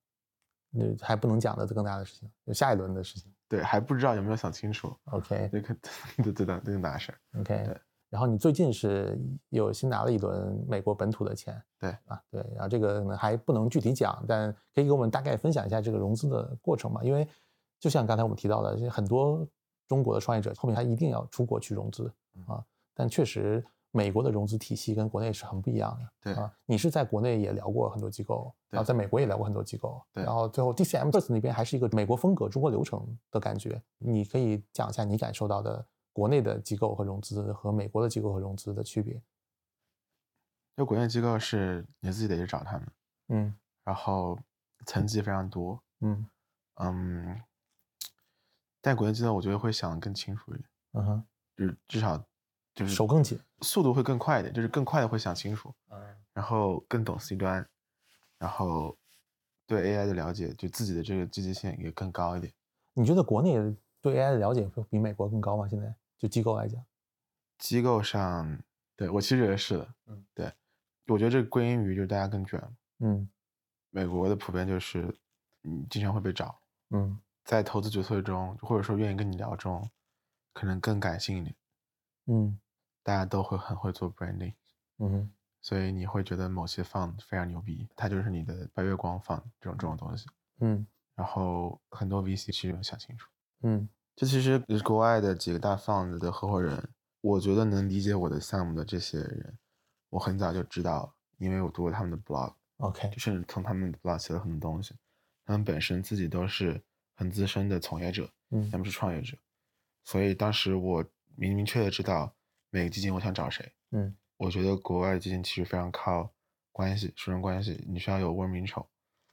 那还不能讲的更大的事情，就下一轮的事情。对，还不知道有没有想清楚， OK 这个 对对对更大的事儿。 OK，对然后你最近是有新拿了一轮美国本土的钱，对啊，对，然后这个呢还不能具体讲，但可以给我们大概分享一下这个融资的过程嘛？因为就像刚才我们提到的，很多中国的创业者后面他一定要出国去融资嗯啊，但确实美国的融资体系跟国内是很不一样的。对啊，你是在国内也聊过很多机构，对然后在美国也聊过很多机构，对然后最后 DCM First 那边还是一个美国风格、中国流程的感觉。你可以讲一下你感受到的国内的机构和融资和美国的机构和融资的区别。因为国内机构是你自己得去找他们，嗯然后层级非常多，嗯嗯，但国内机构我觉得会想得更清楚一点，嗯哼，就是至少就是手更紧。速度会更快一点，就是更快的会想清楚，嗯然后更懂 C 端，然后对 AI 的了解，就自己的这个积极性也更高一点。你觉得国内对 AI 的了解会比美国更高吗？现在就机构来讲，机构上，对我其实觉得是的，嗯，对，我觉得这归因于就是大家更卷，嗯美国的普遍就是你经常会被找，嗯在投资决策中，或者说愿意跟你聊中，可能更感性一点，嗯大家都会很会做 branding，嗯哼所以你会觉得某些 fund 非常牛逼，它就是你的白月光 fund 这种这种东西，嗯然后很多 VC 其实没有想清楚。嗯这其实是国外的几个大 fund 的合伙人，我觉得能理解我的项目的这些人，我很早就知道，因为我读过他们的 blog， ，OK，就甚至从他们的 blog 写了很多东西。他们本身自己都是很资深的从业者，嗯他们是创业者，所以当时我明明确的知道每个基金我想找谁。嗯我觉得国外的基金其实非常靠关系、熟人关系，你需要有 warm intro。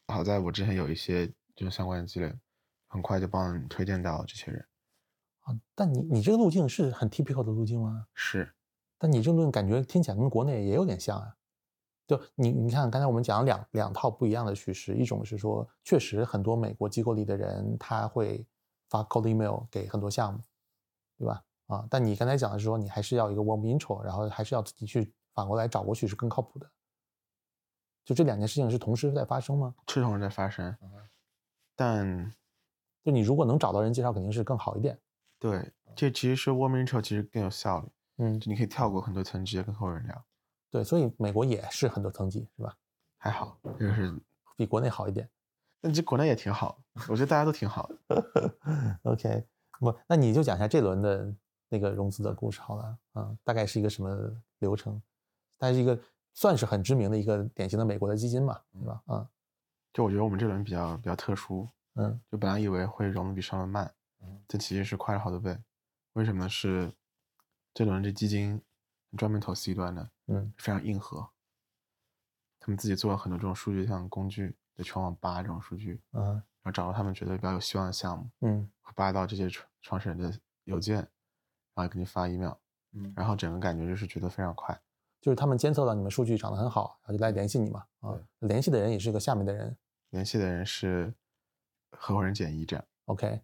好在我之前有一些就是相关的积累，很快就帮你推荐到这些人。啊，但你你这个路径是很 typical 的路径吗？是，但你这个论感觉听起来跟国内也有点像啊。就你你看，刚才我们讲了两两套不一样的叙事，一种是说，确实很多美国机构里的人他会发 cold email 给很多项目，对吧？啊，但你刚才讲的是说，你还是要一个 warm intro，然后还是要自己去反过来找过去是更靠谱的。就这两件事情是同时在发生吗？是同时在发生，但就你如果能找到人介绍，肯定是更好一点。对，这其实是 warm intro 其实更有效率，嗯，就你可以跳过很多层，直接跟后人聊，对，所以美国也是很多层级，是吧？还好，就是，比国内好一点。但其实国内也挺好，我觉得大家都挺好的。 OK，不，那你就讲一下这轮的那个融资的故事好了啊、大概是一个什么流程？它是一个算是很知名的一个典型的美国的基金嘛，对吧？啊、就我觉得我们这轮比较比较特殊，嗯就本来以为会融的比上轮慢嗯，但其实是快了好多倍。为什么呢？是这轮这基金专门投 C 端的，嗯非常硬核。他们自己做了很多这种数据像工具，就全网扒这种数据，啊然后找到他们觉得比较有希望的项目，嗯会扒到这些创创始人的邮件，然后给你发 email，嗯，然后整个感觉就是觉得非常快。就是他们监测到你们数据涨得很好，然后就来联系你嘛啊、联系的人也是个下面的人联系的人是合伙人简一这样， ，OK，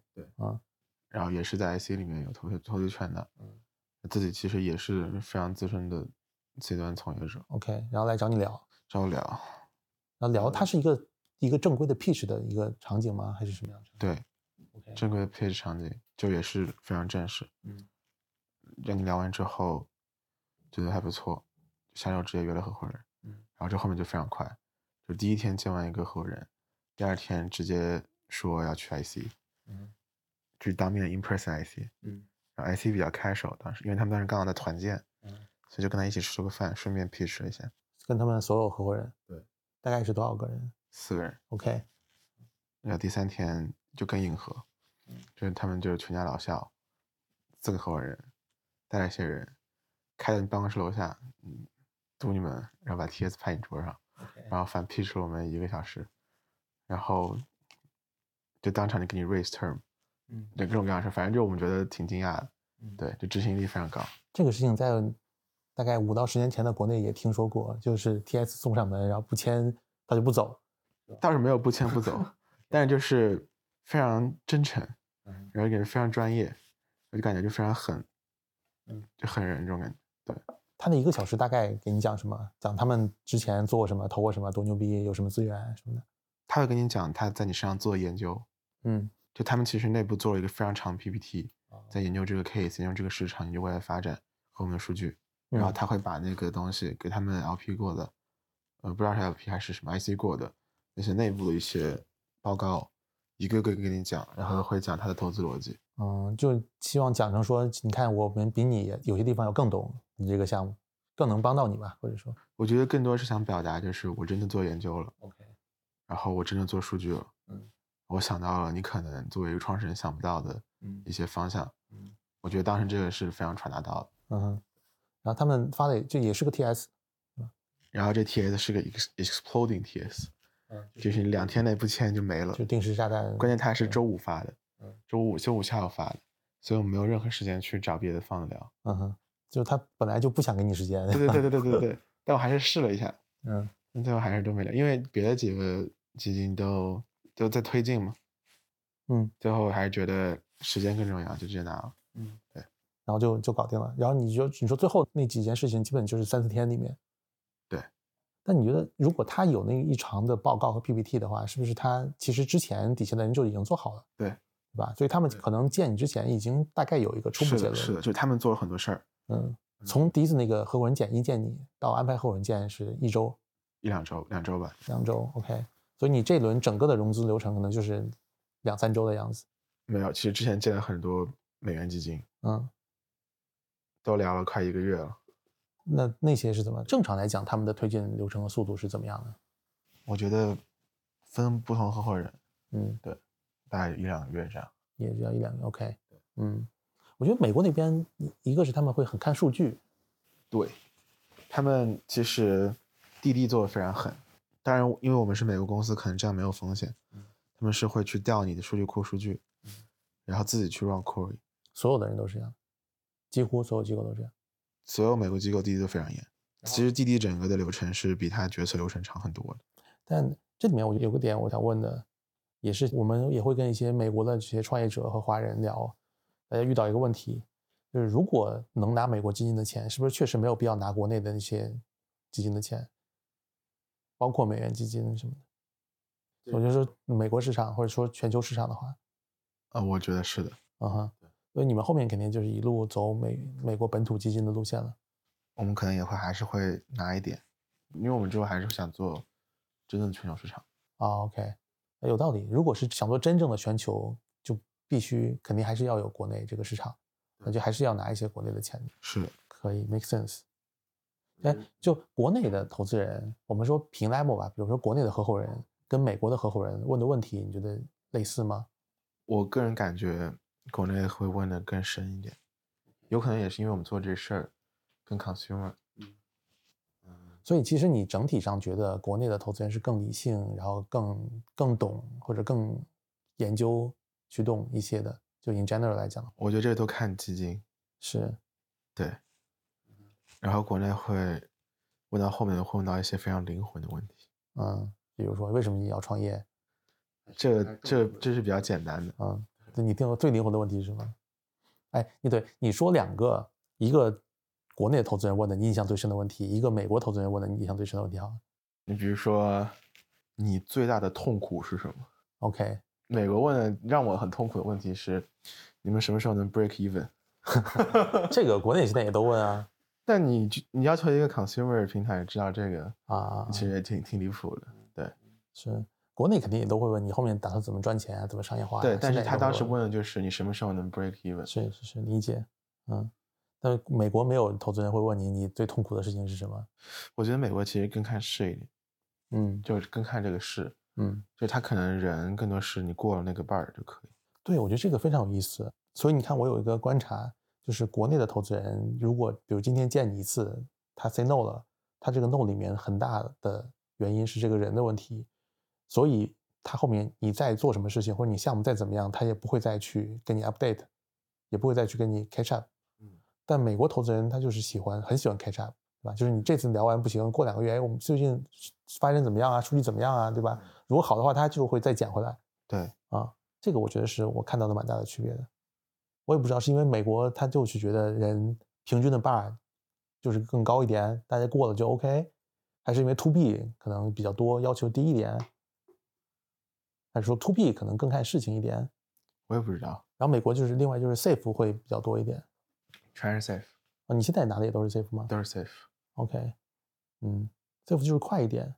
然后也是在 IC 里面有投资投资权的，嗯，自己其实也是非常资深的 C 端从业者， OK，然后来找你聊，找我聊，然后聊它是一个一个正规的 pitch 的一个场景吗？还是什么样的对， ？OK，正规的配置场景就也是非常正式，嗯，让你聊完之后觉得还不错，下周直接约了合伙人，嗯，然后这后面就非常快，就第一天见完一个合伙人，第二天直接说要去 IC，嗯就是当面 in person IC，嗯然后 IC 比较开手，当时因为他们当时刚好在团建，嗯，所以就跟他一起吃了个饭，顺便 pitch 了一下，跟他们所有合伙人，对，大概是多少个人四个人， ？OK，然后第三天就更硬核，就是他们就是全家老校，四个合伙人，带了一些人，开到你办公室楼下，嗯，堵你们，然后把 T S 拍你桌上，然后反 pitch 了我们一个小时，然后就当场就给你 raise term，嗯，就各种各样的事，反正就我们觉得挺惊讶的，嗯对，就执行力非常高，这个事情在大概五到十年前的国内也听说过，就是 T S 送上门，然后不签他就不走。倒是没有不签不走，但是就是非常真诚，嗯然后给人非常专业，我就感觉就非常狠嗯，就狠人这种感觉。他那一个小时大概给你讲什么？讲他们之前做过什么，投过什么，多牛逼，有什么资源什么的。他会跟你讲他在你身上做的研究，嗯，就他们其实内部做了一个非常长的 PPT，在嗯研究这个 case，研究这个市场，研究未来发展和我们的数据，然嗯后他会把那个东西给他们 LP 过的，呃，不知道是 LP 还是什么 IC 过的那些内部的一些报告，一个个给你讲，然后会讲他的投资逻辑。嗯，就希望讲成说，你看我们比你有些地方要更懂你这个项目，更能帮到你吧，或者说我觉得更多是想表达，就是我真的做研究了， ，OK，然后我真的做数据了，嗯，我想到了你可能作为一个创始人想不到的嗯一些方向，嗯，我觉得当时这个是非常传达到的。嗯哼，然后他们发的就也是个 T S，然后这 TS 是个 ex- exploding TS，嗯，就就是两天内不签就没了。就定时炸弹。关键它是周五发的嗯，周五周五下午发的，所以我们没有任何时间去找别的放得了。嗯哼，就他本来就不想给你时间。对对对对对对 对，但我还是试了一下， 嗯，但最后还是都没聊，因为别的几个基金都都在推进嘛。嗯，最后还是觉得时间更重要，就直接拿了。然后就就搞定了。然后你就你说最后那几件事情，基本就是三四天里面。对。但你觉得，如果他有那一长的报告和 PPT 的话，是不是他其实之前底下的人就已经做好了？对对吧？所以他们可能见你之前已经大概有一个初步是结的，论。是的，就是他们做了很多事儿，嗯，从第一次那个合伙人见一见你到安排合伙人见是一周、一两周两周吧，两周，OK。所以你这轮整个的融资流程可能就是两三周的样子。没有。其实之前见了很多美元基金，嗯，都聊了快一个月了。那那些是怎么？正常来讲，他们的推进流程和速度是怎么样的？我觉得分不同合伙人，嗯，大概一两个月这样。也就要一两个 OK。嗯，我觉得美国那边一一个是他们会很看数据，对，他们其实滴滴做的非常狠，当然因为我们是美国公司，可能这样没有风险，他们是会去调你的数据库数据，然后自己去 run query。所有的人都是这样，几乎所有机构都这样。所有美国机构滴滴都非常严，然后其实滴滴整个的流程是比它决策流程长很多的。但这里面我有个点我想问的，也是我们也会跟一些美国的这些创业者和华人聊，大家遇到一个问题，就是如果能拿美国基金的钱，是不是确实没有必要拿国内的那些基金的钱，包括美元基金什么的？我就说美国市场或者说全球市场的话，啊，我觉得是的，啊哈，所以你们后面肯定就是一路走美美国本土基金的路线了。我们可能也会还是会拿一点，因为我们之后还是想做真正的全球市场。啊，OK，有道理。如果是想做真正的全球，就必须肯定还是要有国内这个市场，那就还是要拿一些国内的钱。是的，可以，make sense。哎，就国内的投资人，我们说凭 LIMO 吧，比如说国内的合伙人跟美国的合伙人问的问题，你觉得类似吗？我个人感觉国内会问的更深一点，有可能也是因为我们做这事儿更 consumer。所以其实你整体上觉得国内的投资人是更理性，然后更更懂或者更研究驱动一些的，就 in general 来讲我觉得这都看基金，是对。然后国内会问到后面会问到一些非常灵魂的问题，嗯，比如说为什么你要创业？这这这是比较简单的。嗯，对你定了最灵活的问题是什么？哎，你对你说两个，一个国内投资人问的你印象最深的问题，一个美国投资人问的你印象最深的问题好啊了。你比如说，你最大的痛苦是什么？ OK，美国问的让我很痛苦的问题是，你们什么时候能 break even？这个国内现在也都问啊但你就你要求一个 consumer 平台知道这个，啊，其实也挺挺离谱的。是国内肯定也都会问你后面打算怎么赚钱啊，怎么商业化、啊。对，但现在也是他都当会时问的就是你什么时候能 break even？是是是理解，嗯，但是美国没有投资人会问你你最痛苦的事情是什么？我觉得美国其实更看事一点，嗯就是更看这个事，嗯，就他可能人更多是你过了那个 bar 就可以。对，我觉得这个非常有意思。所以你看，我有一个观察，就是国内的投资人，如果比如今天见你一次，他 say no 了，他这个 no 里面很大的原因是这个人的问题，所以他后面你再做什么事情，或者你项目再怎么样，他也不会再去跟你 update，也不会再去跟你 catch up。但美国投资人他就是喜欢很喜欢 catch up，对吧？就是你这次聊完不行，过两个月，哎，我们最近发展怎么样啊？数据怎么样啊？对吧？如果好的话，他就会再捡回来。对，啊，这个我觉得是我看到的蛮大的区别的。我也不知道是因为美国他就是觉得人平均的 bar 就是更高一点，大家过了就 OK，还是因为 to B 可能比较多，要求低一点，还是说 to B 可能更看事情一点？我也不知道，然后美国就是另外就是 safe 会比较多一点全是 safe，啊，你现在拿的也都是 safe 吗都是 safe。 ？OK，嗯，safe 就是快一点，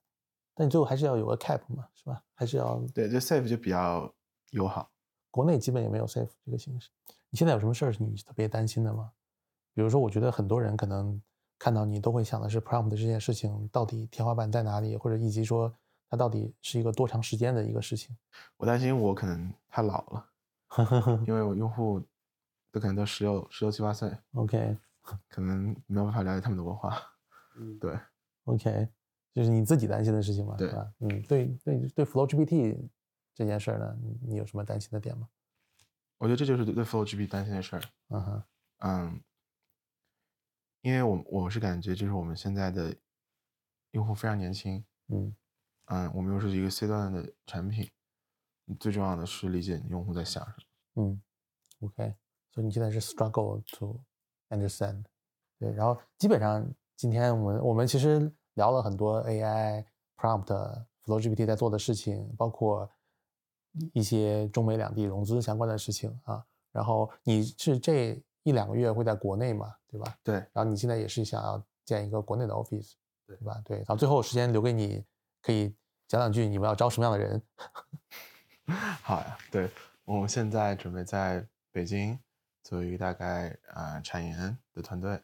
但你最后还是要有个 cap 嘛，是吧？还是要对，就 safe 就比较友好。国内基本也没有 safe 这个形式。你现在有什么事儿是你特别担心的吗？比如说，我觉得很多人可能看到你都会想的是 prompt 这件事情到底天花板在哪里，或者以及说它到底是一个多长时间的一个事情。我担心我可能太老了， 因为我用户都可能都十六、十六七八岁， OK 可能没有办法了解他们的文化。嗯对， OK，就是你自己担心的事情嘛，对吧？嗯，对对对，Flow GPT 这件事儿呢，你你有什么担心的点吗？我觉得这就是对对 Flow GP 担心的事儿。嗯哼，嗯，因为我我是感觉就是我们现在的用户非常年轻，嗯嗯，我们又是一个 C 端的产品，最重要的是理解你用户在想什么。嗯，OK，所以你现在是 struggle to understand，对，然后基本上今天我们我们其实聊了很多 AI prompt Flow GPT 在做的事情，包括一些中美两地融资相关的事情啊。然后你是这一两个月会在国内嘛，对吧？对，然后你现在也是想要建一个国内的 office，对吧？对，然后最后时间留给你，可以讲两句你们要招什么样的人。好呀，对我们现在准备在北京做一个大概啊、呃产研的团队，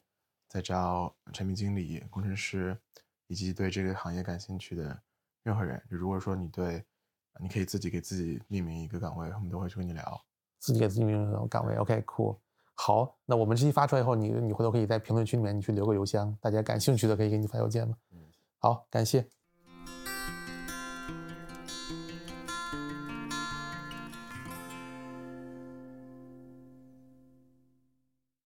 在招产品经理、工程师以及对这个行业感兴趣的任何人。就如果说你对，你可以自己给自己命名一个岗位，我们都会去跟你聊。自己给自己命名岗位。OK，cool、好，那我们这期发出来以后，你你回头可以在评论区里面你去留个邮箱，大家感兴趣的可以给你发邮件嘛。好，感谢。